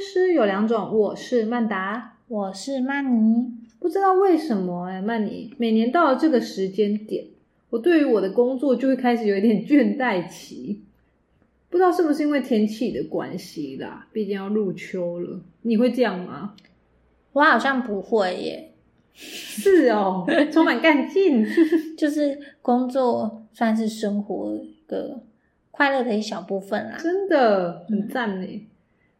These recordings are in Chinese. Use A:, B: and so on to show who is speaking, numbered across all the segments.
A: 师有两种，我是曼达。
B: 我是曼妮。
A: 不知道为什么哎，曼妮，每年到了这个时间点，我对于我的工作就会开始有一点倦怠期。不知道是不是因为天气的关系啦，毕竟要入秋了，你会这样吗？
B: 我好像不会耶，
A: 是 哦，充满干劲。
B: 就是工作算是生活一个快乐的一小部分啦。
A: 真的很赞呢。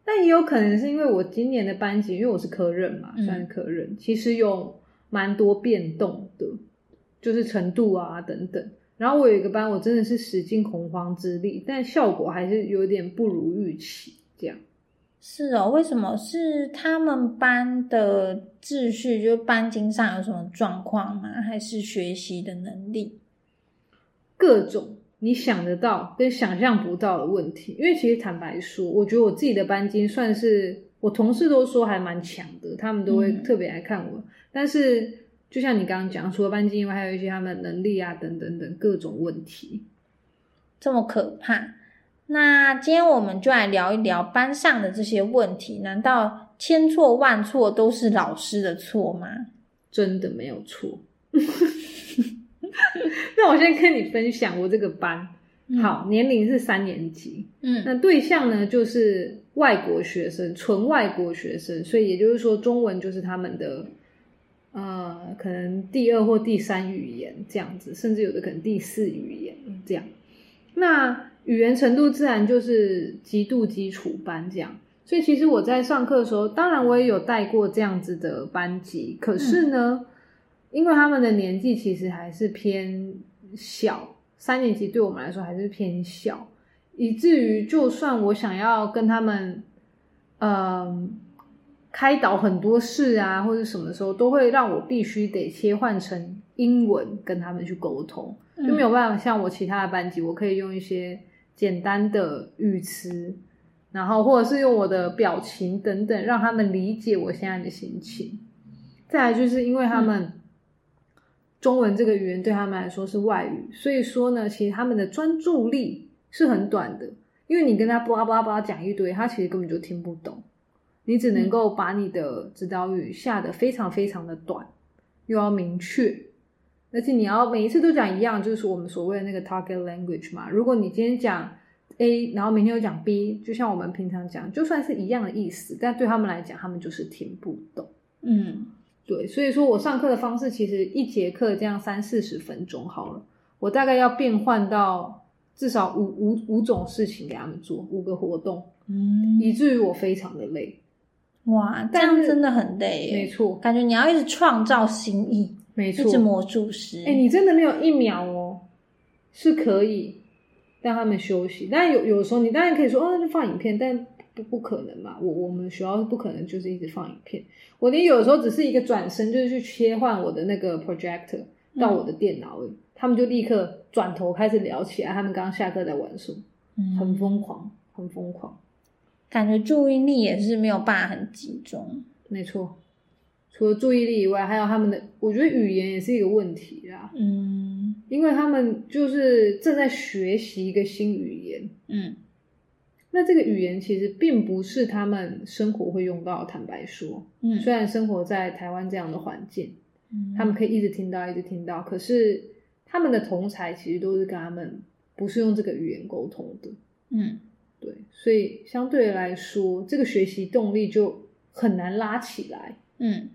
A: 但也有可能是因为我今年的班级，因为我是科任嘛，
B: 嗯
A: 算是科任，其实有蛮多变动的，就是程度啊等等。然后我有一个班，我真的是使尽洪荒之力，但效果还是有点不如预期。这样
B: 是哦，为什么是他们班的秩序，就是班经上有什么状况吗？还是学习的能力？
A: 各种你想得到跟想象不到的问题，因为其实坦白说，我觉得我自己的班级算是我同事都说还蛮强的，他们都会
B: 嗯
A: 特别来看我。但是就像你刚刚讲，除了班级以外，还有一些他们的能力啊等等等各种问题。
B: 这么可怕？那今天我们就来聊一聊班上的这些问题。难道千错万错都是老师的错吗？
A: 真的没有错。 那我先跟你分享我这个班，
B: 嗯，
A: 好，年龄是三年级，
B: 嗯
A: 那对象呢就是外国学生，纯外国学生，所以也就是说中文就是他们的呃可能第二或第三语言这样子，甚至有的可能第四语言这样。那语言程度自然就是极度基础班这样。所以其实我在上课的时候，当然我也有带过这样子的班级，可是呢，因为他们的年纪其实还是偏小，三年级对我们来说还是偏小，以至于就算我想要跟他们，嗯、开导很多事啊，或者什么时候，都会让我必须得切换成英文跟他们去沟通。就没有办法像我其他的班级，我可以用一些简单的语词，然后或者是用我的表情等等，让他们理解我现在的心情。再来就是因为他们中文这个语言对他们来说是外语，所以说呢，其实他们的专注力是很短的，因为你跟他巴拉巴拉巴拉讲一堆，他其实根本就听不懂。你只能够把你的指导语下得非常非常的短，又要明确，而且你要每一次都讲一样，就是我们所谓的那个 target language 嘛。如果你今天讲 A，然后明天又讲 B，就像我们平常讲，就算是一样的意思，但对他们来讲，他们就是听不懂。
B: 嗯
A: 对，所以说我上课的方式其实一节课这样三四十分钟好了，我大概要变换到至少五五五种事情给他们做，五个活动，
B: 嗯，
A: 以至于我非常的累。
B: 哇，这
A: 但
B: 样
A: 是
B: 真的很累耶。
A: 没错，
B: 感觉你要一直创造新意，
A: 没
B: 一
A: 错，
B: 直魔术师。
A: 哎、你真的没有一秒哦，是可以让他们休息。但有有时候你当然可以说，哦，那就放影片，但不不可能嘛。我我们学校不可能就是一直放影片。我连有时候只是一个转身，就是去切换我的那个 projector 到我的电脑而已，他们就立刻转头开始聊起来，他们刚下课在玩什么，
B: 嗯
A: 很疯狂，很疯狂。
B: 感觉注意力也是没有办法很集中。
A: 没错，除了注意力以外，还有他们的，我觉得语言也是一个问题啦。
B: 嗯
A: 因为他们就是正在学习一个新语言，
B: 嗯
A: 那这个语言其实并不是他们生活会用到。坦白说，
B: 嗯，
A: 虽然生活在台湾这样的环境，
B: 嗯
A: 他们可以一直听到，一直听到，可是他们的同才其实都是跟他们不是用这个语言沟通的，
B: 嗯
A: 对，所以相对来说，这个学习动力就很难拉起来，
B: 嗯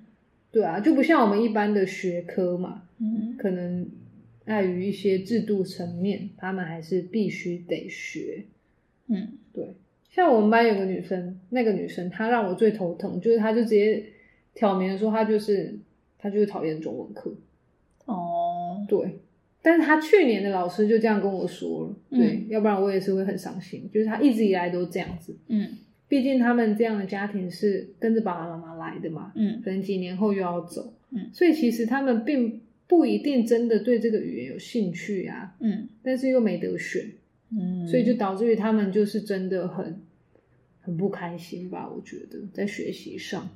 A: 对啊，就不像我们一般的学科嘛，
B: 嗯
A: 可能碍于一些制度层面，他们还是必须得学。
B: 嗯，
A: 对，像我们班有个女生，那个女生她让我最头疼，就是她就直接挑明说她就是她就是讨厌中文课。
B: 哦，
A: 对，但是她去年的老师就这样跟我说了，对，
B: 嗯
A: 要不然我也是会很伤心。就是她一直以来都这样子，
B: 嗯
A: 毕竟他们这样的家庭是跟着爸爸妈妈来的嘛，
B: 嗯
A: 可能几年后又要走，
B: 嗯
A: 所以其实他们并不一定真的对这个语言有兴趣啊，
B: 嗯
A: 但是又没得选，
B: 嗯，
A: 所以就导致于他们就是真的很很不开心吧，我觉得在学习上，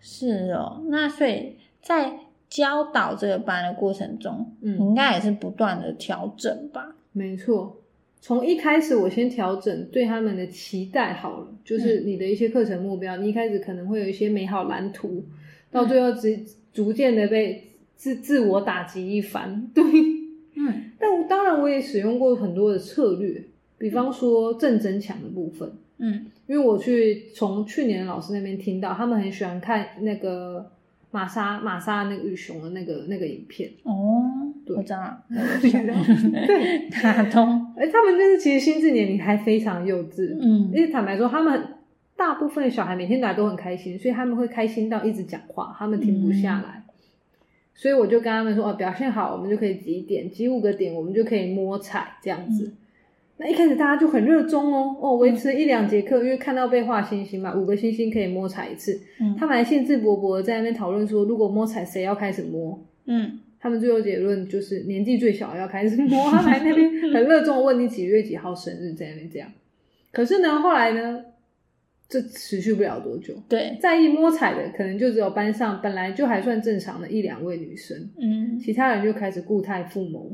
B: 是哦。那所以在教导这个班的过程中，
A: 嗯
B: 你应该也是不断的调整吧？
A: 没错，从一开始我先调整对他们的期待好了，就是你的一些课程目标，你一开始可能会有一些美好蓝图，到最后只逐渐的被自自我打击一番，对。
B: 嗯
A: 但我当然我也使用过很多的策略，比方说正增强的部分，
B: 嗯
A: 因为我去从去年老师那边听到，他们很喜欢看那个玛莎玛莎那个玉熊的那个那个影片，
B: 哦，
A: 对
B: 我知 道了，
A: 对，
B: 打通，
A: 哎，他们就是其实心智年龄还非常幼稚，
B: 嗯
A: 因为坦白说，他们大部分小孩每天打都很开心，所以他们会开心到一直讲话，他们停不下来。所以我就跟他们说，哦，表现好，我们就可以几点，几五个点，我们就可以摸彩这样子。那一开始大家就很热衷哦，哦，维持一两节课，因为看到被画星星嘛，五个星星可以摸彩一次。
B: 嗯
A: 他们还兴致勃勃地在那边讨论说，如果摸彩，谁要开始摸？
B: 嗯
A: 他们最后结论就是年纪最小要开始摸，他们还那边很热衷地问你几月几号生日，在那边这样。可是呢，后来呢，这持续不了多久，
B: 对，
A: 在意摸彩的可能就只有班上本来就还算正常的一两位女生，
B: 嗯
A: 其他人就开始固态复萌。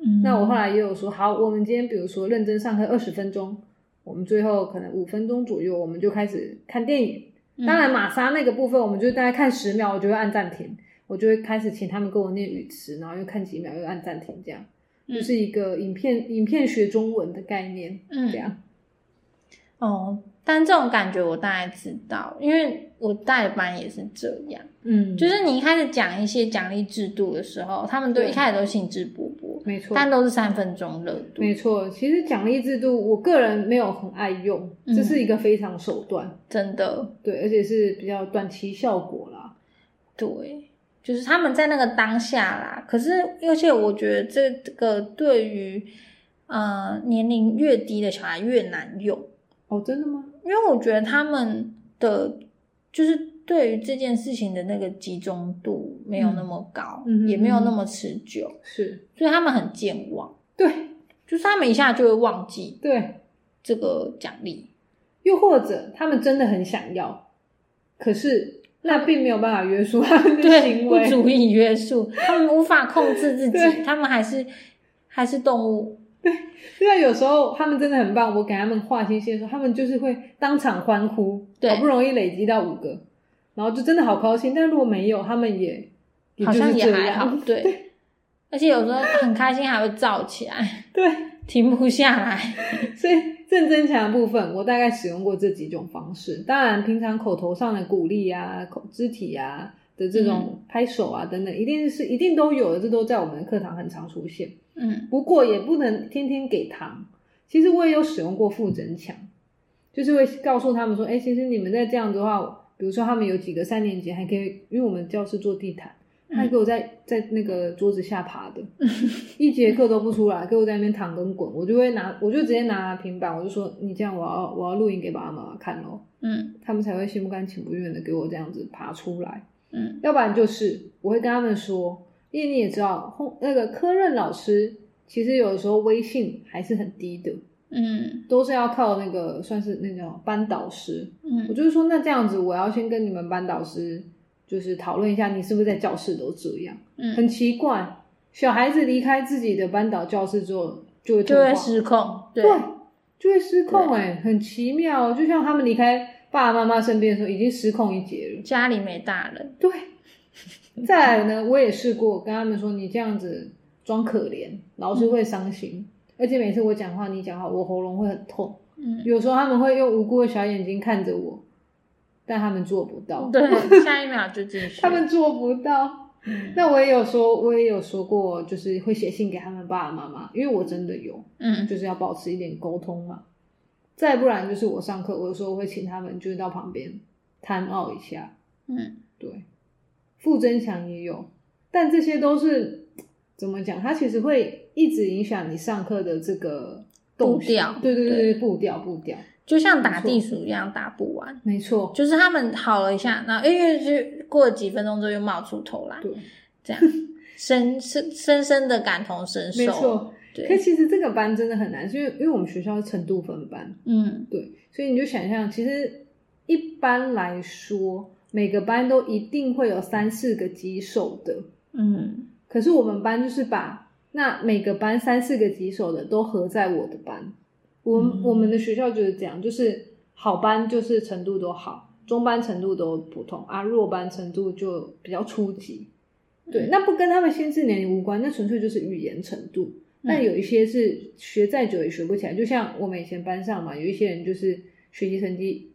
B: 嗯，
A: 那我后来也有说，好，我们今天比如说认真上课二十分钟，我们最后可能五分钟左右，我们就开始看电影，
B: 嗯
A: 当然，玛莎那个部分，我们就大概看十秒，我就会按暂停，我就会开始请他们跟我念语词，然后又看几秒，又按暂停，这样
B: 嗯
A: 就是一个影片影片学中文的概念，
B: 嗯
A: 这样。
B: 哦，但这种感觉我大概知道，因为我带班也是这样，
A: 嗯，
B: 就是你一开始讲一些奖励制度的时候，他们都
A: 对
B: 一开始都兴致勃勃，
A: 没错，
B: 但都是三分钟热度，
A: 没错。其实奖励制度，我个人没有很爱用，
B: 嗯
A: 这是一个非常手段，
B: 真的
A: 对，而且是比较短期效果啦。
B: 对，就是他们在那个当下啦。可是，而且我觉得这这个对于呃年龄越低的小孩越难用，
A: 哦，真的吗？
B: 因为我觉得他们的就是对于这件事情的那个集中度没有那么高，
A: 嗯嗯哼
B: 也没有那么持久。
A: 是，
B: 所以他们很健忘，
A: 对
B: 就是他们一下就会忘记
A: 对。
B: 这个奖励。
A: 又或者他们真的很想要，可是那并没有办法约束他们的
B: 对，
A: 行
B: 不
A: 为。
B: 足以约束，他们无法控制自己，
A: 对
B: 他们还是还是动物。
A: 对啊，有时候他们真的很棒，我给他们画星星的时候，他们就是会当场欢呼，
B: 对
A: 好不容易累积到五个，然后就真的好高兴。但如果没有，他们也也
B: 好
A: 就是
B: 像也
A: 这
B: 还好
A: 样，，
B: 对。而且有时候很开心，还会燥起来，
A: 对。
B: 停不下来。
A: 所以正增强的部分，我大概使用过这几种方式。当然，平常口头上的鼓励啊、口肢体啊的这
B: 嗯
A: 种拍手啊等等，一定是一定都有的，这都在我们的课堂很常出现。
B: 嗯
A: 不过也不能天天给糖。其实我也有使用过负增强，就是会告诉他们说，哎，其实你们再这样子的话，比如说他们有几个三年级还可以，因为我们教室做地毯，他还给我在在那个桌子下爬的，一节课都不出来，给我在那边躺跟滚，我就会拿，我就直接拿平板，我就说你这样我要我要录影给爸爸妈妈看咯，
B: 嗯
A: 他们才会心不甘情不愿的给我这样子爬出来。
B: 嗯
A: 要不然就是我会跟他们说，因为你也知道，后那个科任老师其实有的时候威信还是很低的，
B: 嗯
A: 都是要靠那个算是那种班导师。我
B: 嗯
A: 就是说，那这样子，我要先跟你们班导师就是讨论一下，你是不是在教室都这样？
B: 嗯，
A: 很奇怪，小孩子离开自己的班导教室之后，就会
B: 就
A: 退
B: 会
A: 化
B: 失控。对
A: 啊对，啊就会失控哎、很奇妙，就像他们离开爸爸妈妈身边的时候，已经失控一截了。
B: 家里没大人。
A: 对，再来呢，我也试过跟他们说，你这样子装可怜，老师会伤心。而且每次我讲话，你讲话，我喉咙会很痛。
B: 嗯，
A: 有时候他们会用无辜的小眼睛看着我，但他们做不到，
B: 对，下一秒就继续。
A: 他们做不到。
B: 嗯
A: 那我也有说，我也有说过，就是会写信给他们爸爸妈妈，因为我真的有，
B: 嗯
A: 就是要保持一点沟通嘛。再不然就是我上课，我有时候会请他们就是到旁边摊傲一下，
B: 嗯
A: 对，负增强也有，但这些都是怎么讲？它其实会一直影响你上课的这个动
B: 步调
A: 对对
B: 对
A: 对，步调步调，
B: 就像打地鼠一样打不完。
A: 没错，
B: 就是他们好了一下，然后因为就过了几分钟之后又冒出头来，
A: 对，
B: 这样深深深深的感同身受。
A: 没，错。可
B: 对，
A: 其实这个班真的很难，因为因为我们学校是程度分班，
B: 嗯
A: 对，所以你就想象，其实一般来说，每个班都一定会有三四个棘手的，
B: 嗯
A: 可是我们班就是把。那每个班三四个棘手的都合在我的班。我、
B: 嗯
A: 我们的学校就是这样，就是好班就是程度都好，中班程度都普通啊，弱班程度就比较初级。
B: 嗯
A: 对，那不跟他们心智年龄无关，那纯粹就是语言程度。那
B: 嗯
A: 有一些是学再久也学不起来，就像我们以前班上嘛，有一些人就是学习成绩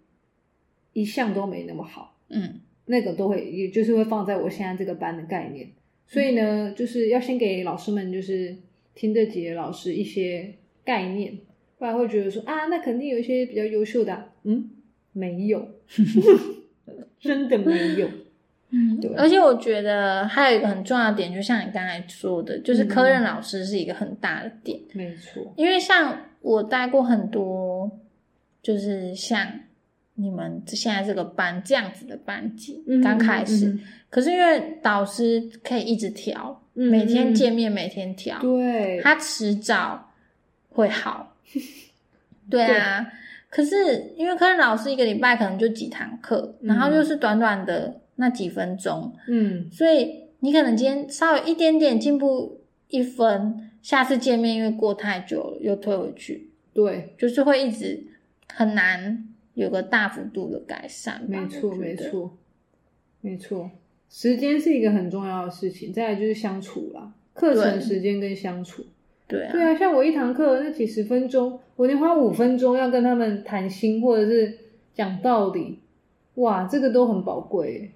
A: 一向都没那么好，
B: 嗯
A: 那个都会，也就是会放在我现在这个班的概念。所以呢，
B: 嗯
A: 就是要先给老师们，就是听这几个老师一些概念，不然会觉得说啊，那肯定有一些比较优秀的啊、嗯，没 有，真的没有，
B: 嗯
A: 对
B: 而且我觉得还有一个很重要的点，就像你刚才说的，就是科
A: 嗯
B: 任老师是一个很大的点。
A: 没错，
B: 因为像我带过很多，就是像你们现在这个班这样子的班级， 刚开始，
A: 嗯
B: 可是因为导师可以一直调，
A: 嗯
B: 每天
A: 嗯
B: 见面，每天调，
A: 对，
B: 他迟早 会好。对啊，可是因为科任老师一个礼拜可能就几堂课，然后
A: 嗯
B: 就是短短的那几分钟，
A: 嗯，
B: 所以你可能今天稍微一点点进步一分，下次见面因为过太久了又退回去，
A: 对，
B: 就是会一直很难有个大幅度的改善吧。
A: 没错，
B: 我觉得
A: 没。错，没错，时间是一个很重要的事情，再来就是相处啦，课
B: 对
A: 程时间跟相处。
B: 对啊
A: 对，啊，像我一堂课那几十分钟，我得花五分钟要跟他们谈心或者是讲道理，哇，这个都很宝贵耶，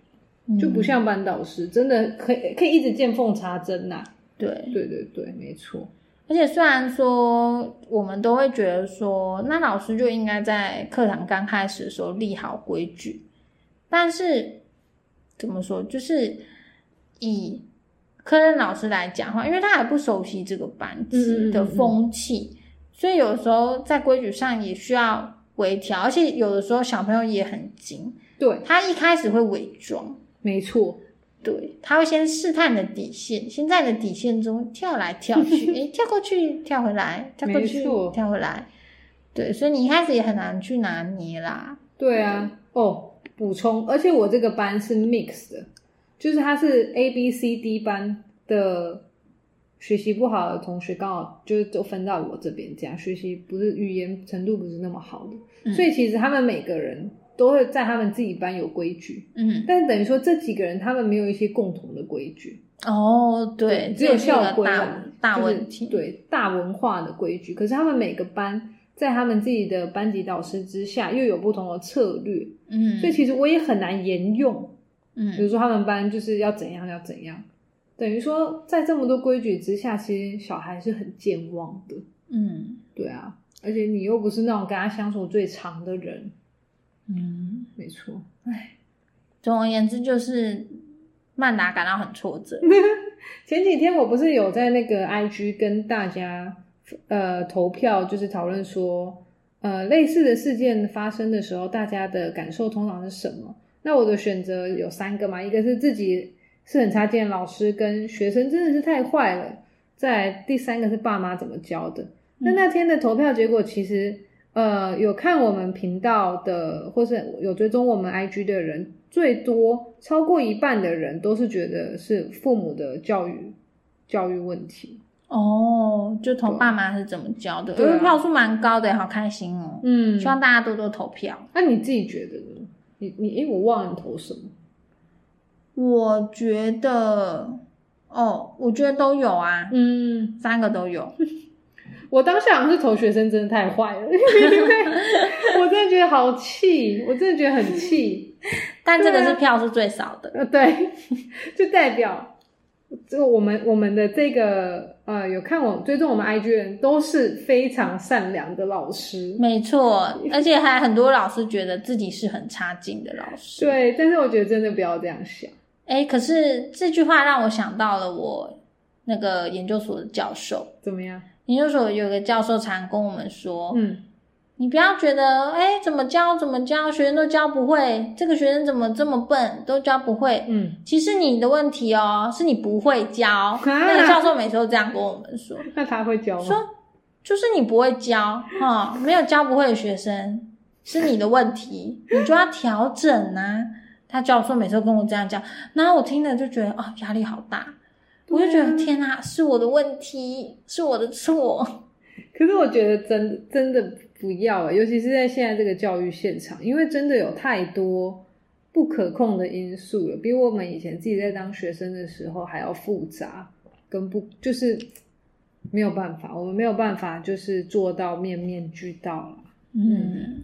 A: 啊就不像班导师，真的可以可以一直见缝插针呐、啊
B: 嗯对，
A: 对对对，没错，
B: 而且虽然说我们都会觉得说，那老师就应该在课堂刚开始的时候立好规矩，但是怎么说，就是以科任老师来讲话，因为他还不熟悉这个班级
A: 嗯嗯嗯
B: 的
A: 嗯
B: 风气，所以有时候在规矩上也需要微调，而且有的时候小朋友也很精，
A: 对，
B: 他一开始会伪装，
A: 没错，
B: 对，他会先试探你的底线，先在你的底线中跳来跳 去，诶，跳过去，跳回来，跳过去
A: 没错，
B: 跳回来。对，所以你一开始也很难去拿捏啦。
A: 对啊，哦，补充，而且我这个班是 mix 的，就是他是 A B C D 班的。学习不好的同学刚好就是都分到我这边，这样学习不是语言程度不是那么好的，
B: 嗯
A: 所以其实他们每个人都会在他们自己班有规矩，
B: 嗯，
A: 但是等于说这几个人他们没有一些共同的规矩，
B: 哦，对，
A: 只有
B: 这是一个
A: 校规
B: 大
A: 啦
B: 大
A: 就是
B: 问题。，
A: 对大文化的规矩。可是他们每个班在他们自己的班级导师之下又有不同的策略，
B: 嗯，
A: 所以其实我也很难沿用。比如
B: 嗯，
A: 说他们班就是要怎样要怎样，等于说在这么多规矩之下，其实小孩是很健忘的，
B: 嗯，
A: 对啊，而且你又不是那种跟他相处最长的人，
B: 嗯，
A: 没错。
B: 总而言之，就是曼达感到很挫折。
A: 嗯前几天我不是有在那个 IG 跟大家呃投票，就是讨论说，呃，类似的事件发生的时候，大家的感受通常是什么？那我的选择有三个嘛，一个是自己是很差劲的老师跟学生真的是太坏了，再来第三个是爸妈怎么教的。那那天的投票结果其实，呃，有看我们频道的或是有追踪我们 IG 的人，最多超过一半的人都是觉得是父母的教育教育问题。
B: 哦，就投爸妈是怎么教的？
A: 对啊
B: 因为票数蛮高的，好开心哦。
A: 嗯
B: 希望大家多多投票。
A: 那你自己觉得呢？你你，因为我忘了你投什么。
B: 我觉得，哦，我觉得都有啊，
A: 嗯，
B: 三个都有。
A: 我当下好像是投学生真的太坏了，因为我真的觉得好气，我真的觉得很气。
B: 但这个
A: 对啊
B: 是票是最少的。
A: 呃，对， 就代表这个我们我们的这个呃，有看我追踪我们 IG 的人都是非常善良的老师，
B: 没错，而且还很多老师觉得自己是很差劲的老师。，
A: 对。但是我觉得真的不要这样想，
B: 哎，可是这句话让我想到了我那个研究所的教授，
A: 怎么样？
B: 研究所有个教授常跟我们说，
A: 嗯，
B: 你不要觉得，哎，怎么教怎么教，学生都教不会，这个学生怎么这么笨，都教不会。
A: 嗯，
B: 其实你的问题哦，是你不会
A: 啊
B: 教。那个教授每次都这样跟我们说，
A: 那他会教吗？
B: 说就是你不会教哈、没有教不会的学生是你的问题，你就要调整啊。他教授每次都跟我这样讲，然后我听了就觉得啊、压力好大。我就觉
A: 对
B: 得
A: 啊
B: 天哪、是我的问题，是我的错。
A: 可是我觉得真真的不要、欸，尤其是在现在这个教育现场，因为真的有太多不可控的因素了，比我们以前自己在当学生的时候还要复杂，跟不就是没有办法，我们没有办法就是做到面面俱到啊了。
B: 嗯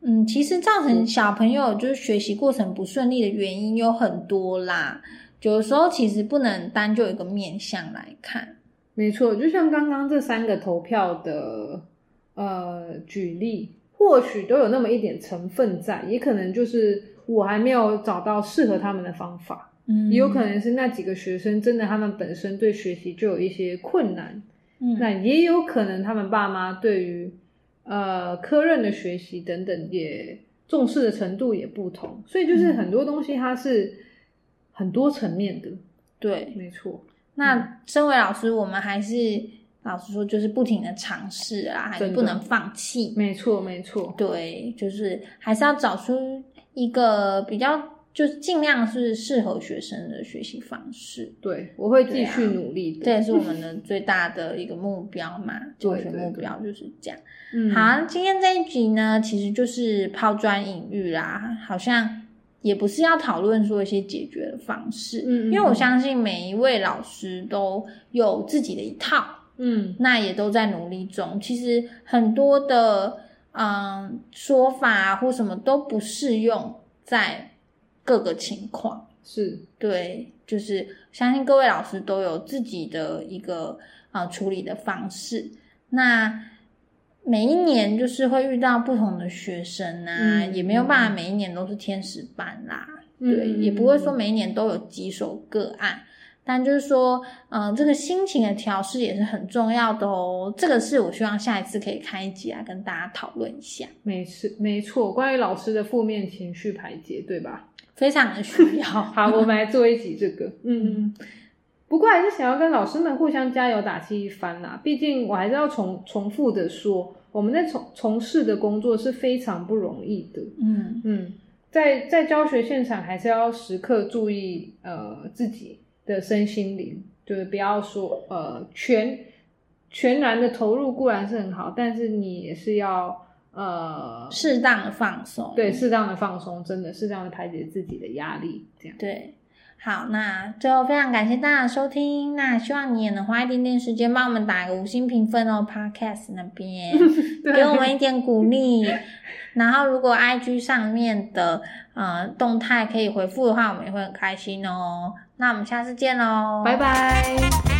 B: 嗯，其实造成小朋友就是学习过程不顺利的原因有很多啦，有时候其实不能单就一个面向来看。
A: 没错，就像刚刚这三个投票的呃举例，或许都有那么一点成分在，也可能就是我还没有找到适合他们的方法。
B: 嗯，
A: 也有可能是那几个学生真的他们本身对学习就有一些困难，
B: 嗯，
A: 那也有可能他们爸妈对于呃科任的学习等等也重视的程度也不同，所以就是
B: 嗯
A: 很多东西它是很多层面的，
B: 对。
A: 没错，
B: 那身为老师，我们还是老实说，就是不停的尝试啦，还是
A: 真的
B: 不能放弃。
A: 没错，没错，
B: 对，就是还是要找出一个比较，就是尽量是适合学生的学习方式。
A: 对，我会
B: 对
A: 继
B: 啊
A: 续努力的，
B: 这也是我们的最大的一个目标嘛，
A: 对
B: 教学
A: 对
B: 目
A: 对
B: 标就是这样。
A: 嗯，
B: 好，今天这一集呢，其实就是抛砖引玉啦，好像也不是要讨论说一些解决的方式，
A: 嗯嗯
B: 因为我
A: 嗯
B: 相信每一位老师都有自己的一套，
A: 嗯，
B: 那也都在努力中。其实很多的嗯说法或什么都不适用在各个情况。
A: 是，
B: 对，就是相信各位老师都有自己的一个啊、呃处理的方式。那每一年就是会遇到不同的学生啊，
A: 嗯
B: 也没有办法每一年都是天使班啦，对，
A: 嗯
B: 也不会说，每一年都有几首个案。但就是说，嗯、这个心情的调试也是很重要的哦。这个是我希望下一次可以开一集来跟大家讨论一下，
A: 没事，没错，关于老师的负面情绪排解，对吧？
B: 非常的需要。
A: 好，我们来做一集这个。嗯，嗯，不过还是想要跟老师们互相加油打气一番啦。毕竟我还是要重重复的说，我们在从从事的工作是非常不容易的。
B: 嗯
A: 嗯，在在教学现场还是要时刻注意呃自己的身心灵，就是不要说呃全全然的投入固然是很好，但是你也是要呃
B: 适当的放松，
A: 对适当的放松，真的适当的排解自己的压力，这样。
B: 对，好，那最后非常感谢大家的收听，那希望你也能花一点点时间帮我们打个五星评分哦，Podcast 那边
A: 对
B: 给我们一点鼓励。然后如果 IG 上面的呃动态可以回复的话，我们也会很开心哦。那我们下次见喽，
A: 拜拜。